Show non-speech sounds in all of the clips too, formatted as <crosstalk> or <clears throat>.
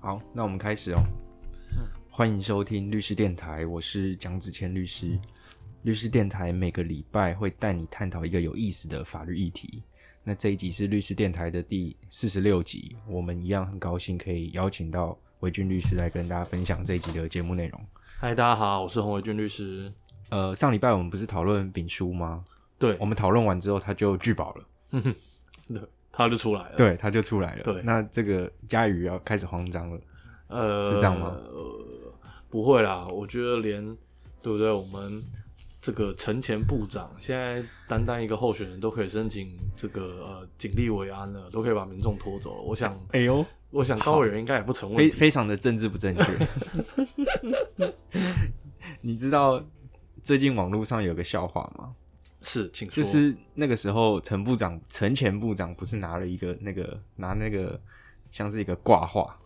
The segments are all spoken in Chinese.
好，那我们开始哦。欢迎收听律师电台，我是蒋子谦律师。律师电台每个礼拜会带你探讨一个有意思的法律议题。那这一集是律师电台的第四十六集，我们一样很高兴可以邀请到维俊律师来跟大家分享这一集的节目内容。嗨，大家好，我是洪伟俊律师。呃，上礼拜我们不是讨论丙书吗？对我，们讨论完之后，他就拒保了，对他就出来了。，对，他就出来了。对那这个佳宇要开始慌张了。呃，是这样吗呃不会啦，我觉得连对不对？我们这个陈前部长现在单单一个候选人都可以申请这个呃警力维安了，都可以把民众拖走了。我想，哎呦，我想高委员应该也不成问非题。非常的政治不正确。 <laughs> 你知道最近网络上有个笑话吗？是，请就说。是那个时候陈部长、陈前部长不是拿了一个那个拿那个像是一个挂画，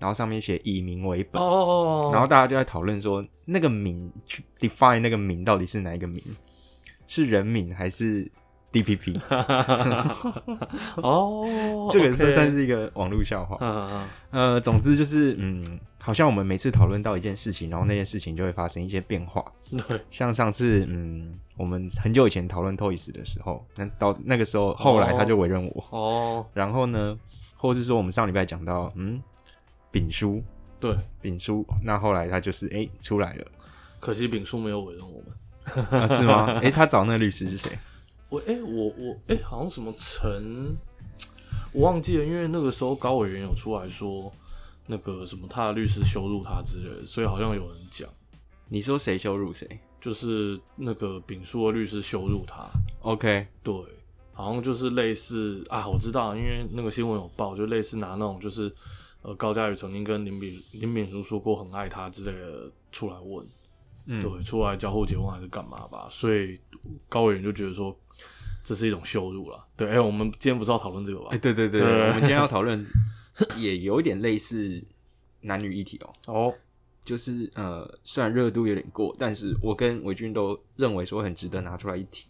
然后上面写以民为本，哦哦哦，哦然后大家就在讨论说那个民去 define 那个民到底是哪一个民，是人民还是 <laughs> DPP？哦，这个 OK 算算是一个网络笑话。嗯嗯嗯呃，总之就是，嗯，好像我们每次讨论到一件事情，然后那件事情就会发生一些变化。嗯对，像上次，嗯，我们很久以前讨论 Toys 的时候，那到那个时候，后来他就委任我。哦，然后呢，或是说我们上礼拜讲到，嗯，丙叔，对，丙叔，那后来他就是哎、出来了、可惜丙叔没有委任我们。啊是吗？ <laughs> 哎、他找那个律师是谁？我哎、我我哎、好像什么陈，我忘记了，因为那个时候高委员有出来说那个什么他的律师羞辱他之类的，所以好像有人讲，你说谁羞辱谁就是那个丙叔的律师羞辱他， ？OK，对，好像就是类似啊，我知道，因为那个新闻有报，就类似拿那种就是呃高嘉宇曾经跟林炳林敏书说过很爱他之类的出来问，嗯，对，出来交互结问还是干嘛吧，所以高委员就觉得说这是一种羞辱了。对，哎、我们今天不是要讨论这个吧哎、？对对对，对我们今天要讨论也有点类似男女一体哦、哦，就是呃，虽然热度有点过，但是我跟维俊都认为说很值得拿出来一提，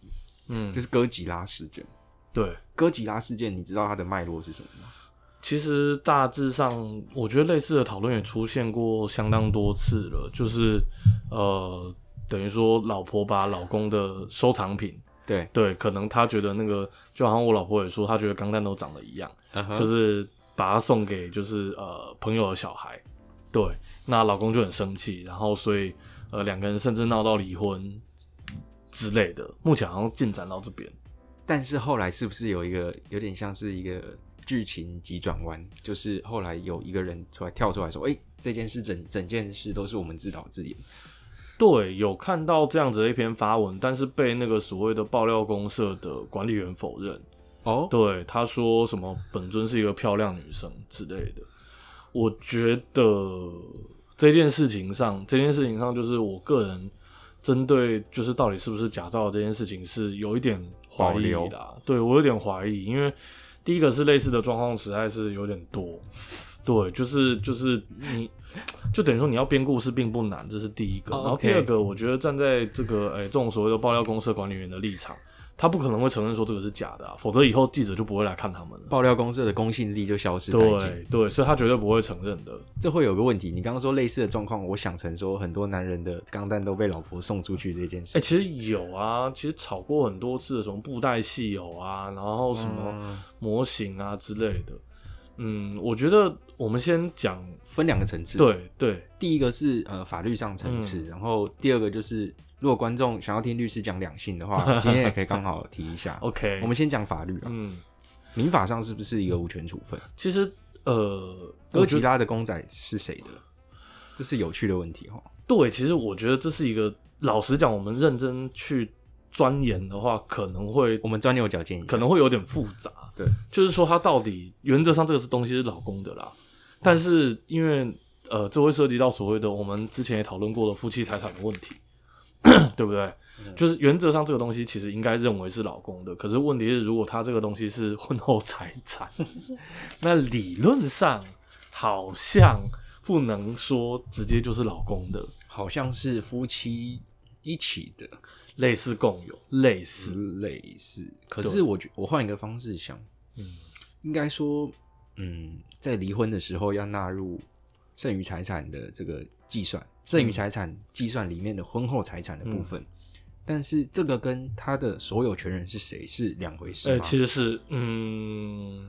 嗯，就是哥吉拉事件。对，哥吉拉事件，你知道它的脉络是什么吗？其实大致上，我觉得类似的讨论也出现过相当多次了，就是呃，等于说老婆把老公的收藏品，对，对，可能她觉得那个，就好像我老婆也说，她觉得钢弹都长得一样。就就是是把它送给就是呃朋友的小孩，对，那老公就很生气，然后所以呃两个人甚至闹到离婚之类的，目前好像进展到这边，但是后来是不是有一个有点像是一个剧情急转弯？就是后来有一个人出来跳出来说：“哎、这件事整整件事都是我们自导自演。对，有看到这样子的一篇发文，但是被那个所谓的爆料公社的管理员否认，”哦，对，他说什么本尊是一个漂亮女生之类的。我觉得这件事情上，这件事情上就是我个人针对就是到底是不是假造的这件事情是有一点怀保疑留的啊。对我有点怀疑，因为第一个是类似的状况实在是有点多。对，就是就是你，就等于说你要编故事并不难，这是第一个。哦然后 OK 第二个，我觉得站在这个诶、这种所谓的爆料公社管理员的立场，他不可能会承认说这个是假的、啊，否则以后记者就不会来看他们了。爆料公社的公信力就消失殆尽。对对，所以他绝对不会承认的。这会有个问题，你刚刚说类似的状况，我想成说很多男人的钢弹都被老婆送出去这件哎、事。其实有啊，其实炒过很多次的，什么布袋戏有啊，然后什么嗯模型啊之类的。嗯，我觉得我们先讲，分两个层次，，对嗯对，第一个是呃法律上层次，然后第二个就是如果观众想要听律师讲两性的 <laughs> 话，今天也可以刚好提一下。 OK 我们先讲法律啊，哦嗯，民法上是不是一个无权处分？其实呃，哥吉拉的公仔是谁的？这是有趣的问题哈。对，其实我觉得这是一个，老实讲，我们认真去钻研的话，可能会我们钻牛角尖一下，可能会有点复杂。对，就是说它到底原则上这个是东西是老公的啦，但是因为呃，这会涉及到所谓的我们之前也讨论过的夫妻财产的问题， <clears throat> 对不对？嗯就是原则上这个东西其实应该认为是老公的，可是问题是，如果他这个东西是婚后财 <laughs> 产，那理论上好像不能说直接就是老公的，好像是夫妻一起的类似共有，类似，类似，可对是我觉我换一个方式想，嗯，应该说，嗯，在离婚的时候要纳入剩余财产的这个计嗯算，剩余财产计算里面的婚后财产的部分。嗯但是这个跟他的所有权人是谁是两回事呃，吗？其实是，嗯，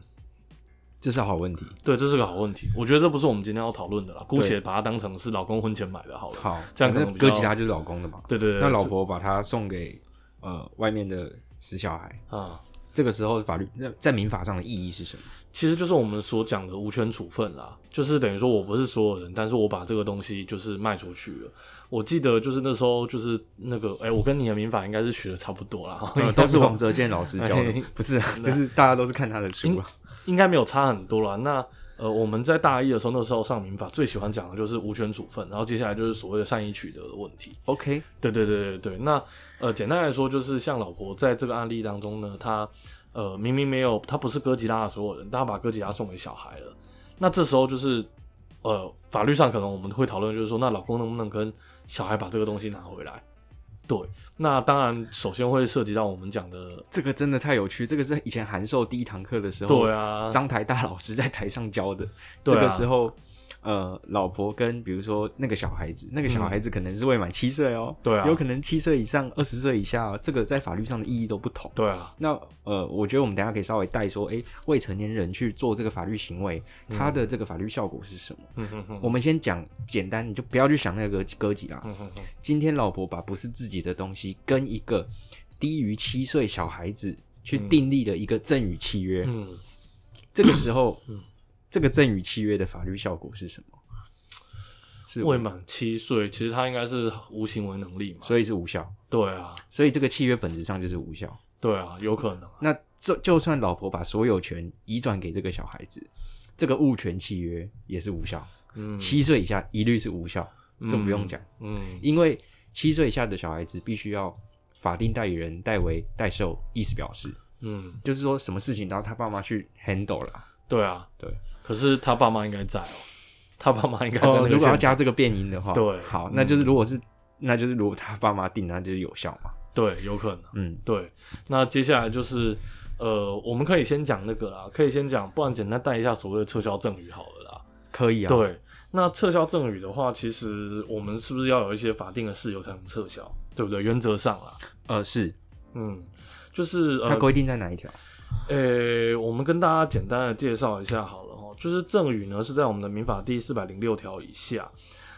这是好问题。对，这是个好问题。我觉得这不是我们今天要讨论的啦，姑且把它当成是老公婚前买的好了。好，这反样可正能比哥较吉拉就是老公的嘛。对对对，那老这婆把他送给呃外面的死小孩，啊，这个时候法律那在民法上的意义是什么？其实就是我们所讲的无权处分啦，就是等于说我不是所有人，但是我把这个东西就是卖出去了。我记得就是那时候就是那个，哎、我跟你的民法应该是学的差不多啦， <laughs> <laughs> 应该呃没有都是王泽健老师教的 <laughs> 哎，不是啊，就是大家都是看他的书啊。应该没有差很多啦。那呃，我们在大一的时候，那时候上民法最喜欢讲的就是无权处分，然后接下来就是所谓的善意取得的问题。 OK，对对对对对。那呃，简单来说，就是像老婆在这个案例当中呢，她呃明明没有，她不是哥吉拉的所有人，但她把哥吉拉送给小孩了。那这时候就是呃，法律上可能我们会讨论，就是说，那老公能不能跟小孩把这个东西拿回来？对，那当然首先会涉及到我们讲的，这个真的太有趣，这个是以前函授第一堂课的时候，对啊，张台大老师在台上教的。对啊这个时候，呃，老婆跟比如说那个小孩子，那个小孩子可能是未满七岁哦，对啊有可能七岁以上、二十岁以下哦、这个在法律上的意义都不同。对啊，那呃，我觉得我们等一下可以稍微带说，诶，未成年人去做这个法律行为，他的这个法律效果是什么？嗯哼哼，我们先讲简单，你就不要去想那个哥吉拉。嗯哼哼，今天老婆把不是自己的东西跟一个低于七岁小孩子去订立了一个赠与契约，嗯。这个时候，这个赠与契约的法律效果是什么？是未满七岁，其实他应该是无行为能力嘛。所以是无效，对啊，所以这个契约本质上就是无效。对啊，有可能啊。那就就算老婆把所有权移转给这个小孩子，这个物权契约也是无效，嗯，七岁以下一律是无效，这不用讲，嗯，因为七岁以下的小孩子必须要法定代理人代为代受意思表示。嗯，就是说什么事情都要他爸妈去 handle 啦。对啊，对。可是他爸妈应该在哦，他爸妈应该在那 <laughs> 哦，个如果要现场加这个变音的话，对好，嗯那就是如果是，那就是如果他爸妈定，那就是有效嘛。对，有可能。嗯，对，那接下来就是呃，我们可以先讲那个啦，可以先讲，不然简单带一下所谓的撤销赠与好了啦。可以啊。，对，那撤销赠与的话，其实我们是不是要有一些法定的事由才能撤销，对不对？原则上啦，呃，是嗯，就是呃它，规定在哪一条？诶、我们跟大家简单的介绍一下好了哈，就是赠与呢是在我们的民法第四百零六条以下。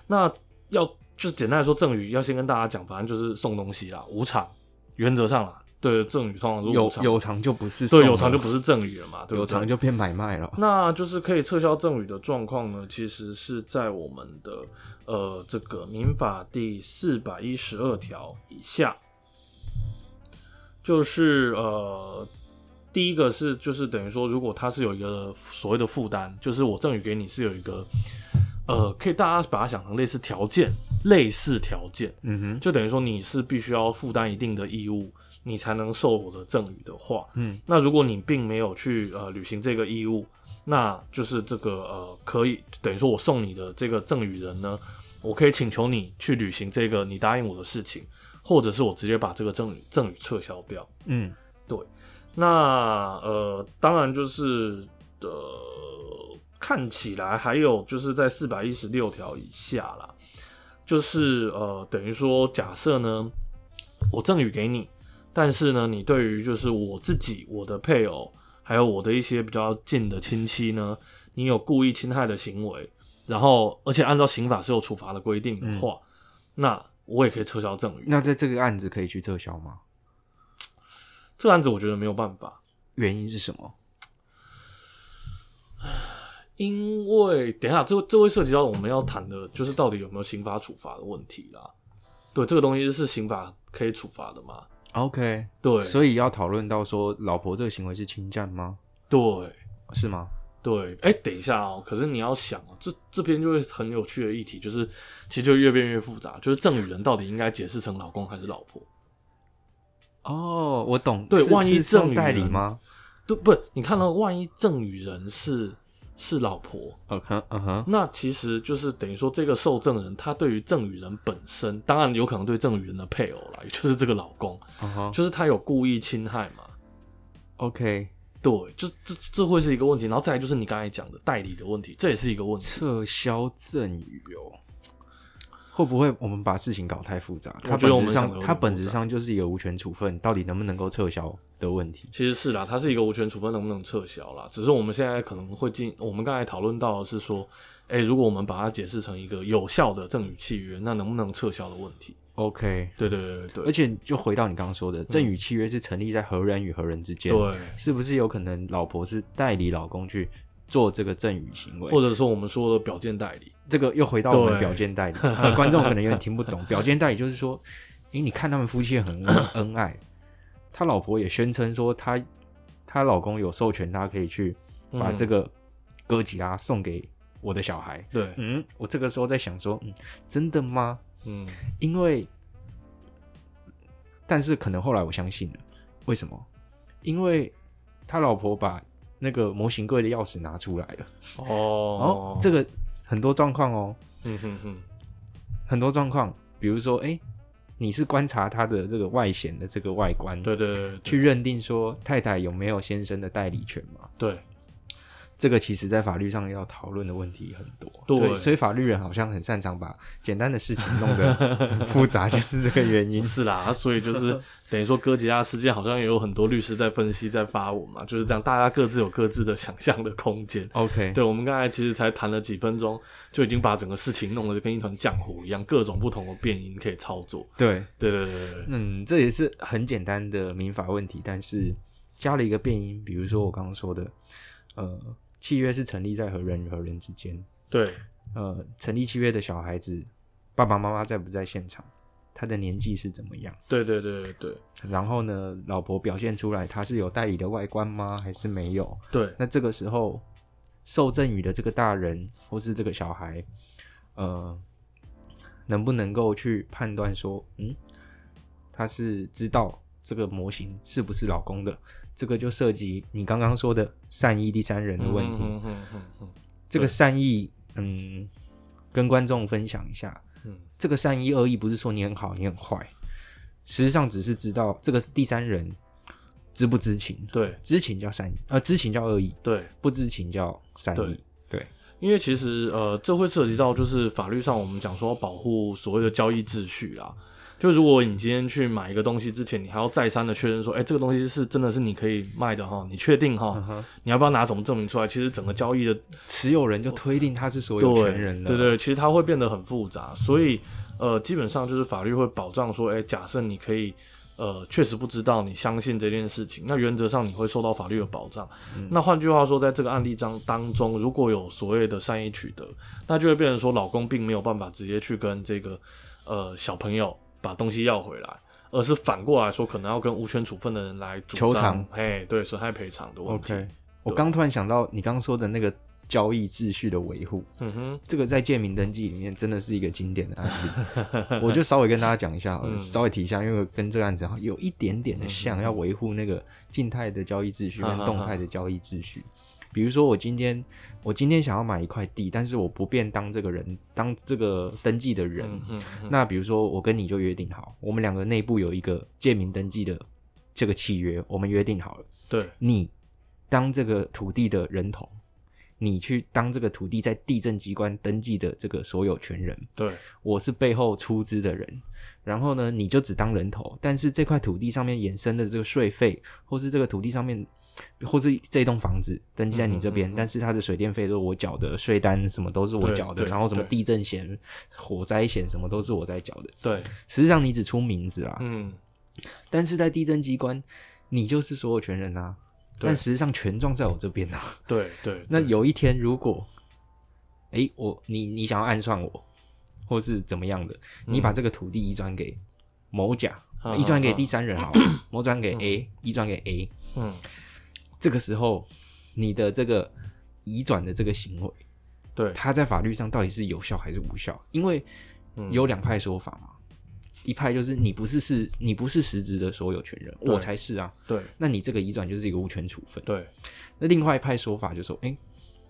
那要就是简单来说，赠与要先跟大家讲，反正就是送东西啦，无偿，原则上啦，对，赠与通常是无有偿，有偿就不是送对了有偿就不是赠与了嘛，对不有偿对？就变买卖了。那就是可以撤销赠与的状况呢，其实是在我们的呃这个民法第四百一十二条以下，就是呃第一个是就是等于说，如果它是有一个所谓的负担，就是我赠与给你是有一个呃，可以大家把它想成类似条件，类似条件，嗯哼，就等于说你是必须要负担一定的义务，你才能受我的赠与的话，嗯，那如果你并没有去呃履行这个义务，那就是这个呃可以等于说我送你的这个赠与人呢，我可以请求你去履行这个你答应我的事情，或者是我直接把这个赠与赠与撤销掉。嗯，那呃，当然就是呃，看起来还有就是在四百一十六条以下啦，就是呃，等于说假设呢，我赠与给你，但是呢，你对于就是我自己、我的配偶，还有我的一些比较近的亲戚呢，你有故意侵害的行为，然后而且按照刑法是有处罚的规定的话，那我也可以撤销赠与。那在这个案子可以去撤销吗？这个案子我觉得没有办法，原因是什么？因为等一下，这这会涉及到我们要谈的，就是到底有没有刑法处罚的问题啦。对，这个东西是刑法可以处罚的嘛？ OK，对，以所以要讨论到说，老婆这个行为是侵占吗？对是吗？对，哎，等一下哦。可是你要想哦，这这边就会很有趣的议题，就是其实就越变越复杂，就是赠与人到底应该解释成老公还是老婆？哦，我懂。对是万一是送赠与代理人吗？对，不，你看到万一赠与人是是老婆，嗯哼，嗯哼，那其实就是等于说，这个受赠人他对于赠与人本身，当然有可能对赠与人的配偶啦，也就是这个老公，嗯哼就是他有故意侵害嘛。 ，OK，对，就这这会是一个问题，然后再来就是你刚才讲的代理的问题，这也是一个问题。撤销赠与哦，会不会我们把事情搞太复杂？它我觉得我本们质想得有上，点它本质复杂上就是一个无权处分，到底能不能够撤销的问题。其实是啦，它是一个无权处分能不能撤销啦，只是我们现在可能会进，我们刚才讨论到的是说，哎，如果我们把它解释成一个有效的赠与契约，那能不能撤销的问题？ OK，对对对对对，而且就回到你刚刚说的，赠与契约是成立在何人与何人之间，对，是不是有可能老婆是代理老公去做这个赠与行为？或者说我们说的表见代理，这个又回到我们对表见代理，呃观众可能有点听不 <laughs> 懂。表见代理就是说，诶，你看他们夫妻很 <coughs> 恩恩爱，他老婆也宣称说她她老公有授权，她可以去把嗯这个哥吉拉送给我的小孩。对，嗯，我这个时候在想说，嗯，真的吗？嗯，因为，但是可能后来我相信了，为什么？因为他老婆把那个模型柜的钥匙拿出来了。哦哦，，这个很多状况哦，嗯哼哼，很多状况，比如说，哎、你是观察他的这个外显的这个外观，对对对对去认定说太太有没有先生的代理权嘛？对，这个其实在法律上要讨论的问题很多，对所以所以法律人好像很擅长把简单的事情弄得 <laughs> 很复杂，就是这个原因。是 <laughs> 啦，所以就是等于说哥吉拉事件好像也有很多律师在分析在发文嘛，就是这样，大家各自有各自的想象的空间。 OK，对，我们刚才其实才谈了几分钟，就已经把整个事情弄得跟一团浆糊一样，各种不同的变音可以操作。对，对对对对对，嗯，这也是很简单的民法问题，但是加了一个变音，比如说我刚刚说的，呃，契约是成立在何人与何人之间，对，呃，成立契约的小孩子，爸爸妈妈在不在现场，他的年纪是怎么样？对对对对对然后呢，老婆表现出来，他是有代理的外观吗？还是没有？对，那这个时候，受赠与的这个大人或是这个小孩，呃，能不能够去判断说，嗯，他是知道这个模型是不是老公的？这个就涉及你刚刚说的善意第三人的问题。嗯嗯嗯嗯这个善意，嗯，跟观众分享一下，嗯这个善意恶意不是说你很好，你很坏，实际上只是知道这个第三人知不知情，对知情叫善意，呃，知情叫恶意，对，不知情叫善意。对，因为其实呃，这会涉及到就是法律上我们讲说要保护所谓的交易秩序啦。就如果你今天去买一个东西之前，你还要再三的确认说，哎、这个东西是真的是你可以卖的哈，你确定哈？哼你要不要拿什么证明出来？其实整个交易的持有人就推定他是所有对权人了。对对，其实它会变得很复杂，所以呃，基本上就是法律会保障说，哎、假设你可以。呃，确实不知道，你相信这件事情，那原则上你会受到法律的保障。嗯那换句话说，在这个案例当当中，如果有所谓的善意取得，那就会变成说，老公并没有办法直接去跟这个呃小朋友把东西要回来，而是反过来说，可能要跟无权处分的人来主求张偿，哎，对，损害赔偿的问题。 ，OK。我刚突然想到你刚说的那个交易秩序的维护，嗯哼，这个在《建民登记》里面真的是一个经典的 <laughs> 案例，我就稍微跟大家讲一下好了，嗯稍微提一下，因为跟这个案子好像有一点点的嗯像，要维护那个静态的交易秩序跟哈哈哈动态的交易秩序。比如说，我今天我今天想要买一块地，但是我不便当这个人当这个登记的人。嗯哼，嗯那比如说，我跟你就约定好，我们两个内部有一个建民登记的这个契约，我们约定好了，对，你当这个土地的人头，你去当这个土地在地震机关登记的这个所有权人，对，我是背后出资的人。然后呢，你就只当人头，但是这块土地上面衍生的这个税费，或是这个土地上面，或是这栋房子登记在你这边，嗯嗯嗯嗯但是它的水电费都是我缴的，税单什么都是我对缴的，对然后什么对地震险、火灾险什么都是我在缴的。对，实际上你只出名字啊，嗯。但是在地震机关，你就是所有权人啊。对但实际上权状在我这边啊。对对，那对有一天如果，哎、我你你想要暗算我，或是怎么样的，你把这个土地移转给某甲，嗯移转给第三人好了，啊某转给 A，移转给 A，嗯，这个时候你的这个移转的这个行为，对，它在法律上到底是有效还是无效？因为嗯有两派说法嘛。一派就是你不是是，你不是实质的所有权人，对我才是啊。对那你这个移转就是一个无权处分。对那另外一派说法就说，哎、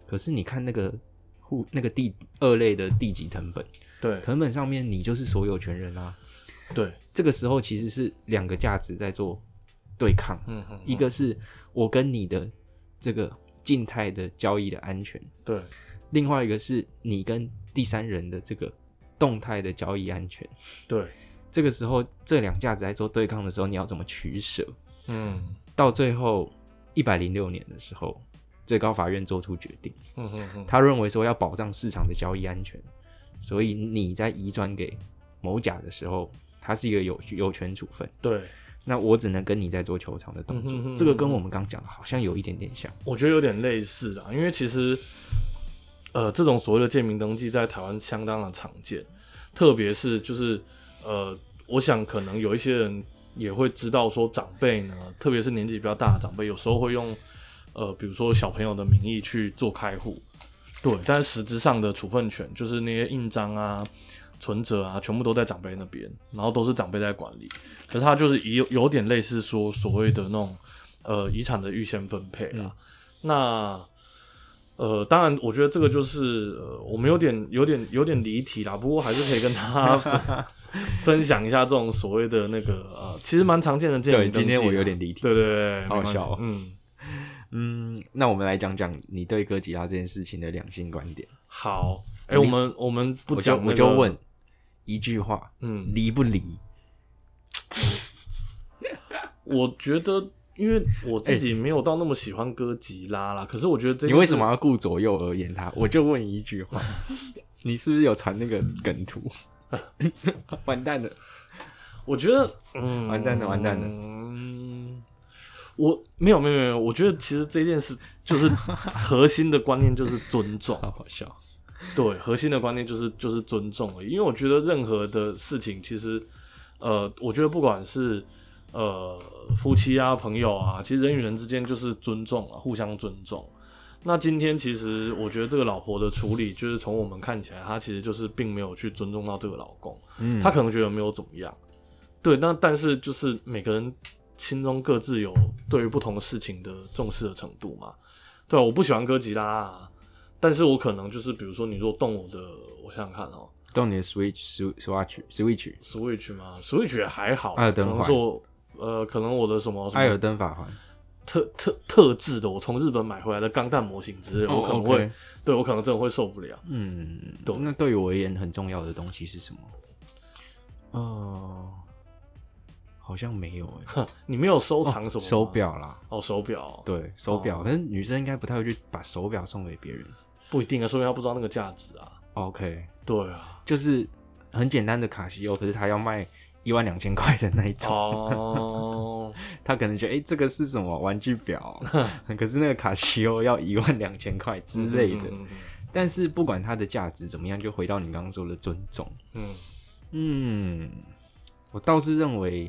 可是你看那个户那个第二类的地级藤本，对藤本上面你就是所有权人啊。对，这个时候其实是两个价值在做对抗，嗯，嗯一个是我跟你的这个静态的交易的安全，对，另外一个是你跟第三人的这个动态的交易安全。对，这个时候，这两价值在做对抗的时候，你要怎么取舍？嗯，到最后一百零六年的时候，最高法院做出决定，嗯嗯嗯，他认为说要保障市场的交易安全，所以你在移转给某甲的时候，它是一个有有权处分。对，那我只能跟你在做球场的动作，嗯哼哼这个跟我们刚讲的好像有一点点像。我觉得有点类似啦，因为其实，呃，这种所谓的建民登记在台湾相当的常见，特别是就是呃，我想可能有一些人也会知道说长辈呢，特别是年纪比较大的长辈，有时候会用呃，比如说小朋友的名义去做开户，对，但是实质上的处分权就是那些印章啊。存折啊，全部都在长辈那边，然后都是长辈在管理。可是他就是有有点类似说所谓的那种呃遗产的预先分配啦，嗯那呃，当然，我觉得这个就是、呃、我们有点、有点、有点离题啦。不过还是可以跟 <laughs> 大家分分享一下这种所谓的那个呃，其实蛮常见的建对议。啊今天我有点离题对对对，好没关系好笑哦嗯，嗯，那我们来讲讲你对哥吉拉这件事情的两性观点。好。哎、你我们我们不我讲、就那个我就问，一句话，嗯，离不离？我觉得，因为我自己没有到那么喜欢哥吉拉啦，可是我觉得这哎你件为事什么要顾左右而言他？我就问你一句话， <laughs> 你是不是有传那个梗图？ <laughs> 完蛋了！我觉得，嗯，完蛋了完蛋了嗯，我没有没有没有，我觉得其实这件事就是核心的观念就是尊重，好好笑。对，核心的观念就是就是尊重而已。因为我觉得任何的事情，其实，呃，我觉得不管是呃夫妻啊、朋友啊，其实人与人之间就是尊重啊，互相尊重。那今天其实我觉得这个老婆的处理，就是从我们看起来，她其实就是并没有去尊重到这个老公。嗯他可能觉得没有怎么样，对，那但是就是每个人心中各自有对于不同的事情的重视的程度嘛。对啊、我不喜欢哥吉拉、啊，但是我可能就是比如说你如果动我的，我想想看哦动你的 Switch Swatch Switch ，Switch 嘛，Switch 也还好，艾尔可登能环是我呃，可能我的什么什艾尔么登法环，特特特制的，我从日本买回来的钢弹模型之类的，我可能哦会， ，OK 对我可能真的会受不了。嗯，懂那对于我而言很重要的东西是什么？呃，好像没有哎、你没有收 <laughs> 藏什么、 <laughs> 手？表啦，哦，手表，，对，手表，哦可是女生应该不太会去把手表送给别人。不一定啊，说明他不知道那个价值啊。 OK，对啊，就是很简单的卡西欧，可是他要卖一万两千块的那一种，哦，他可能觉得哎、诶这个是什么玩具 <laughs> 表？可是那个卡西欧要一万两千块之类的。嗯但是不管它的价值怎么样，就回到你刚刚说的尊重。嗯嗯，我倒是认为，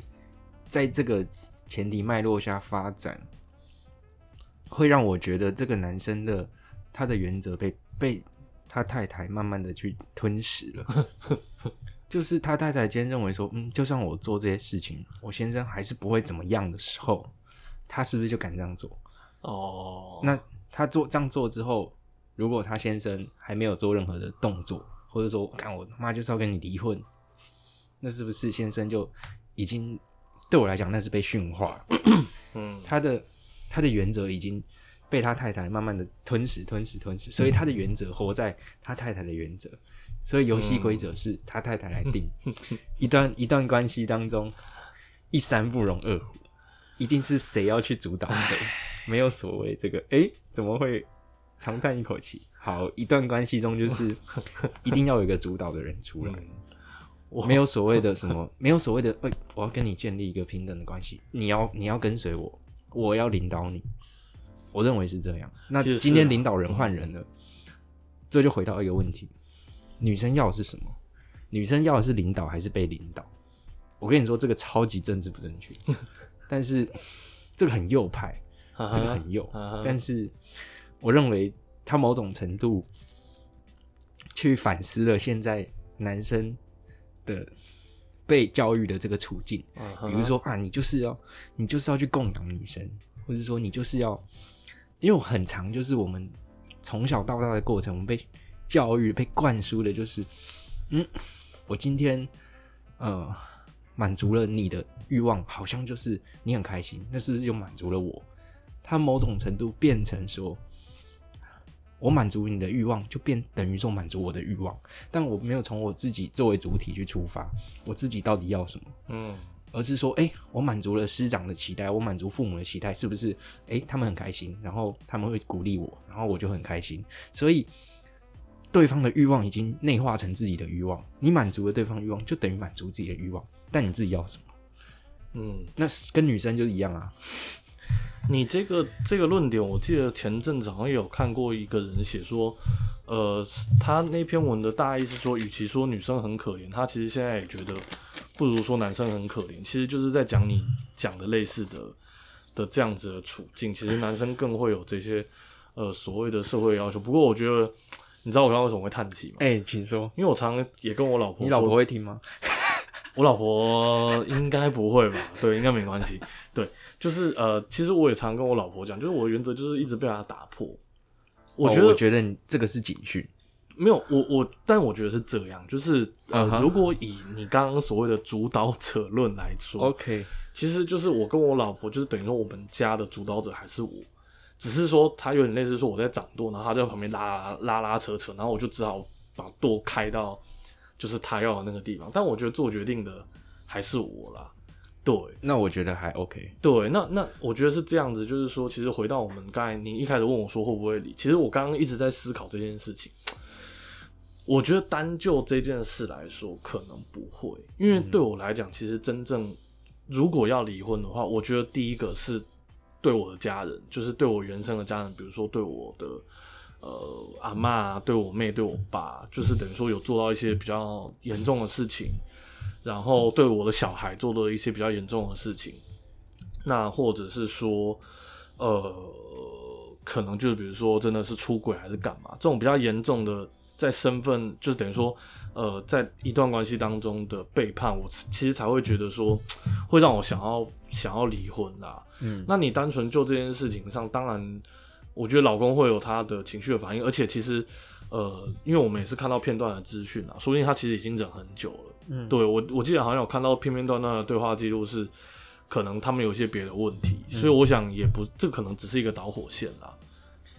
在这个前提脉络下发展，会让我觉得这个男生的他的原则被被他太太慢慢的去吞噬了。 <laughs> 就是他太太今天认为说，嗯，就算我做这些事情，我先生还是不会怎么样的时候，他是不是就敢这样做？哦，那他做这样做之后，如果他先生还没有做任何的动作，或者说，看我他妈就是要跟你离婚，那是不是先生就已经对我来讲那是被驯化了？嗯他的他的原则已经被他太太慢慢的吞噬、吞噬、吞噬，所以他的原则活在他太太的原则，所以游戏规则是他太太来定。嗯一段一段关系当中，一山不容二虎，一定是谁要去主导谁，没有所谓这个。诶，怎么会？长叹一口气，好，一段关系中就是 <laughs> 一定要有一个主导的人出来。嗯我没有所谓的什么，没有所谓的，哎、我要跟你建立一个平等的关系，你要你要跟随我，我要领导你，我认为是这样。那其实是啊今天领导人换人了，这就回到一个问题：女生要的是什么？女生要的是领导还是被领导？我跟你说，这个超级政治不正确， <laughs> 但是这个很右派，啊哈这个很右啊哈，但是我认为他某种程度去反思了现在男生的被教育的这个处境，啊哈比如说啊，你就是要你就是要去供养女生，或者说你就是要，因为我很长就是我们从小到大的过程，我们被教育被灌输的就是，嗯，我今天呃满足了你的欲望，好像就是你很开心，那是不是就满足了我？它某种程度变成说，我满足你的欲望，就变等于说满足我的欲望，但我没有从我自己作为主体去出发，我自己到底要什么，嗯而是说，哎、我满足了师长的期待，我满足父母的期待，是不是？哎、他们很开心，然后他们会鼓励我，然后我就很开心，所以。对方的欲望已经内化成自己的欲望，你满足了对方欲望，就等于满足自己的欲望。但你自己要什么？嗯，那是跟女生就是一样啊。你这个这个论点，我记得前阵子好像有看过一个人写说，呃，他那篇文的大意是说，与其说女生很可怜，他其实现在也觉得，不如说男生很可怜，其实就是在讲你讲的类似的的这样子的处境。其实男生更会有这些呃所谓的社会要求。不过我觉得，你知道我刚刚为什么会叹气吗？哎、请说。因为我常常也跟我老婆说，你老婆会听吗？我老婆应该不会吧？ <laughs> 对，应该没关系。对，就是呃，其实我也常跟我老婆讲，就是我的原则就是一直被她打破。我觉哦得、我觉得你这个是警讯。没有，我我，但我觉得是这样，就是呃嗯哼如果以你刚刚所谓的主导者论来说 OK，其实就是我跟我老婆，就是等于说我们家的主导者还是我，只是说她有点类似说我在掌舵，然后她在旁边拉拉拉拉扯扯，然后我就只好把舵开到就是她要的那个地方。但我觉得做决定的还是我啦，对那我觉得还 OK。对，那那我觉得是这样子，就是说，其实回到我们刚才你一开始问我说会不会离，其实我刚刚一直在思考这件事情。我觉得单就这件事来说，可能不会，因为对我来讲，其实真正如果要离婚的话，我觉得第一个是对我的家人，就是对我原生的家人，比如说对我的呃阿妈、对我妹、对我爸，就是等于说有做到一些比较严重的事情，然后对我的小孩做了一些比较严重的事情，那或者是说，呃，可能就是比如说真的是出轨还是干嘛，这种比较严重的，在身份就是等于说，呃，在一段关系当中的背叛，我其实才会觉得说，会让我想要想要离婚啦、嗯，那你单纯就这件事情上，当然，我觉得老公会有他的情绪的反应，而且其实，呃，因为我们也是看到片段的资讯啊，说不定他其实已经忍很久了。嗯对我我记得好像有看到片片段段的对话记录是，可能他们有一些别的问题，所以我想也不，这可能只是一个导火线啦。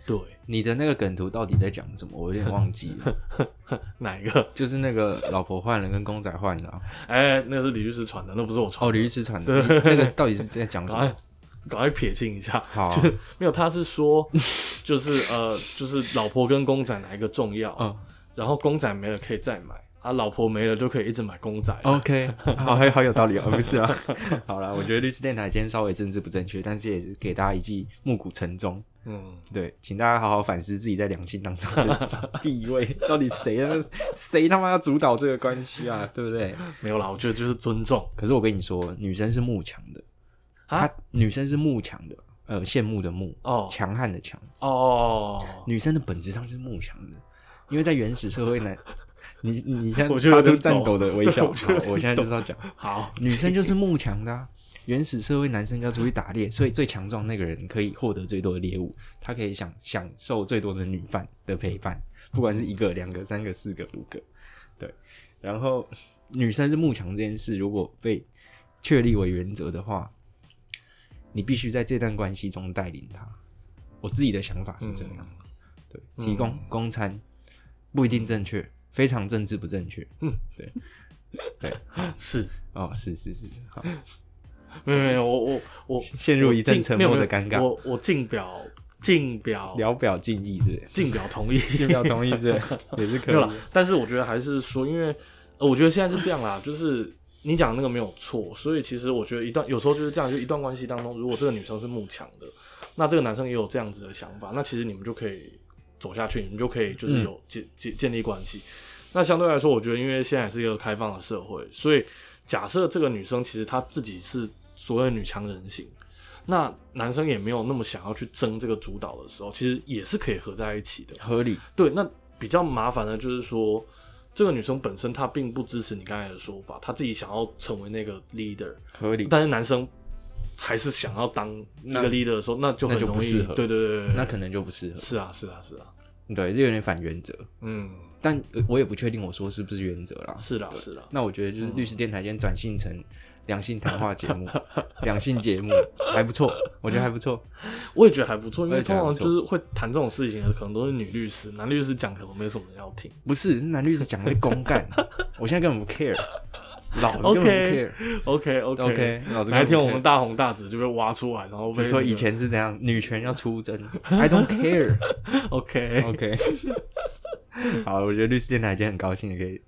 对，你的那个梗图到底在讲什么？我有点忘记 <laughs> 了。哪一个？ <laughs> 就是那个老婆换了跟公仔换了啊、哎、那是李律师传的，那不是我 <laughs> 传哦，的。李律师传的那个到底是在讲什赶快么？赶快撇清一下。好啊，没有，他是说，就是呃，就是老婆跟公仔哪一个重要？嗯然后公仔没了可以再买啊，老婆没了就可以一直买公仔。 <laughs> ，OK，好，好好有道理哦，不是啊。好啦，我觉得律师电台今天稍微政治不正确，但是也是给大家一记暮鼓晨钟。嗯，对，请大家好好反思自己在两性当中 <laughs> 的地位，到底谁他妈谁他妈要主导这个关系啊？对不对？没有啦，我觉得就是尊重可是我跟你说，女生是慕强的，啊她女生是慕强的，呃，羡慕的慕，哦强悍的强，哦。女生的本质上是慕强的，因为在原始社会呢，你你现我在觉得发有出点战斗抖的微笑， <laughs> 对我觉好得有点我现在就是要讲，好，女生就是慕强的、啊。原始社会，男生就要出去打猎，所以最强壮那个人可以获得最多的猎物，他可以享享受最多的女伴的陪伴，不管是一个、两个、三个、四个、五个，对。然后女生是慕强这件事，如果被确立为原则的话，你必须在这段关系中带领她。我自己的想法是这样，对，提供嗯公餐不一定正确，非常政治不正确，对，对，是哦，是是是，好。没有没有，我我我陷入一阵我尽沉没有默的没有尴尬我我敬表敬表聊表敬意是不是？敬表同意， <laughs> 敬表同意是不是也是可没有啦以。，但是我觉得还是说，因为、呃我觉得现在是这样啦， <laughs> 就是你讲的那个没有错，所以其实我觉得一段有时候就是这样，就一段关系当中，如果这个女生是慕强的，那这个男生也有这样子的想法，那其实你们就可以走下去，你们就可以就是有建建、建立关系。那相对来说，我觉得因为现在是一个开放的社会，所以假设这个女生其实她自己是所谓的女强人型。那男生也没有那么想要去争这个主导的时候，其实也是可以合在一起的。合理，对，那比较麻烦的就是说，这个女生本身她并不支持你刚才的说法，她自己想要成为那个 leader，合理。但是男生还是想要当那那个 leader 的时候，那就那很就不容易适合对对对对对，那可能就不适合，是啊是啊是啊，对，就有点反原则。嗯，但呃我也不确定我说是不是原则啦。是啦是啦，嗯那我觉得就是律师电台今天转性成两性谈话节 <laughs> 目，两性节目还不错，我觉得还不错。我也觉得还不错，因我为也觉通得还常不错就是会谈这种事情的，可能都是女律师，男律师讲可能没什么人要听。不是，是男律师讲的公 <laughs> 干，我现在根本不 care，老子根本不 care OK。OK OK OK，老子哪一根天本不我们 care 大红大紫就被挖出来，然后被就说那个以前是怎样，女权要出征，I don't care。 <laughs> OK OK，好，我觉得律师电台今天很高兴，也可以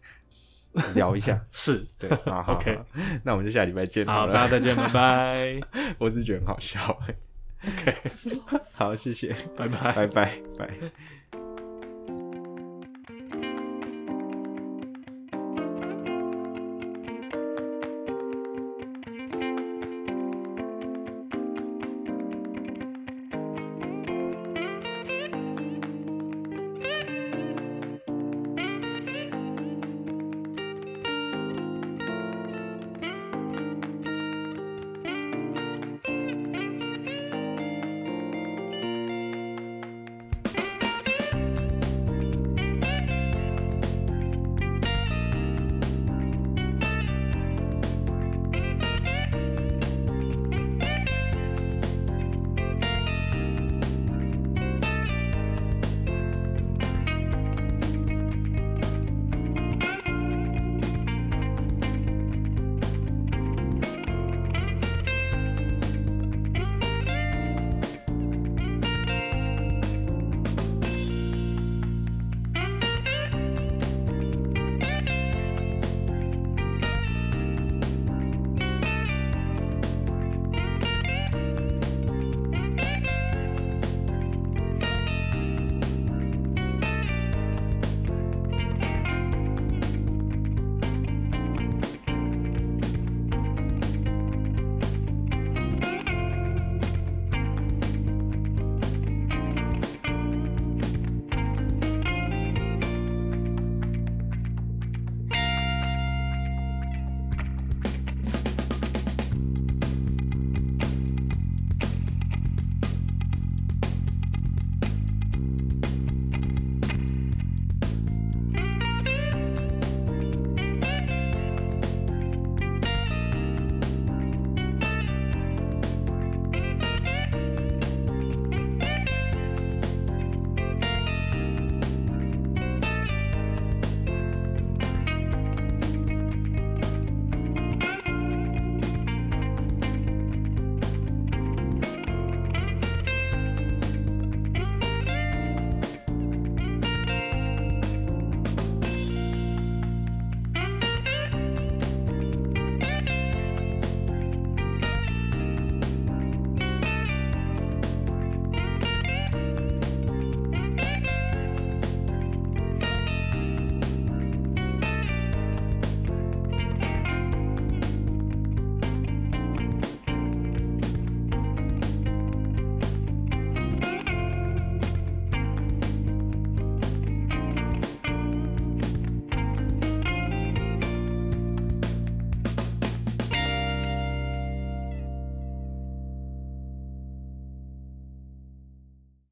聊一下。是 <laughs> 对，好好 <laughs> 好 OK 那我们就下礼拜见好，了。大家再见，<laughs> 拜拜我是觉 <laughs> 得很好笑。 ，OK，好，谢谢，拜拜。拜拜拜。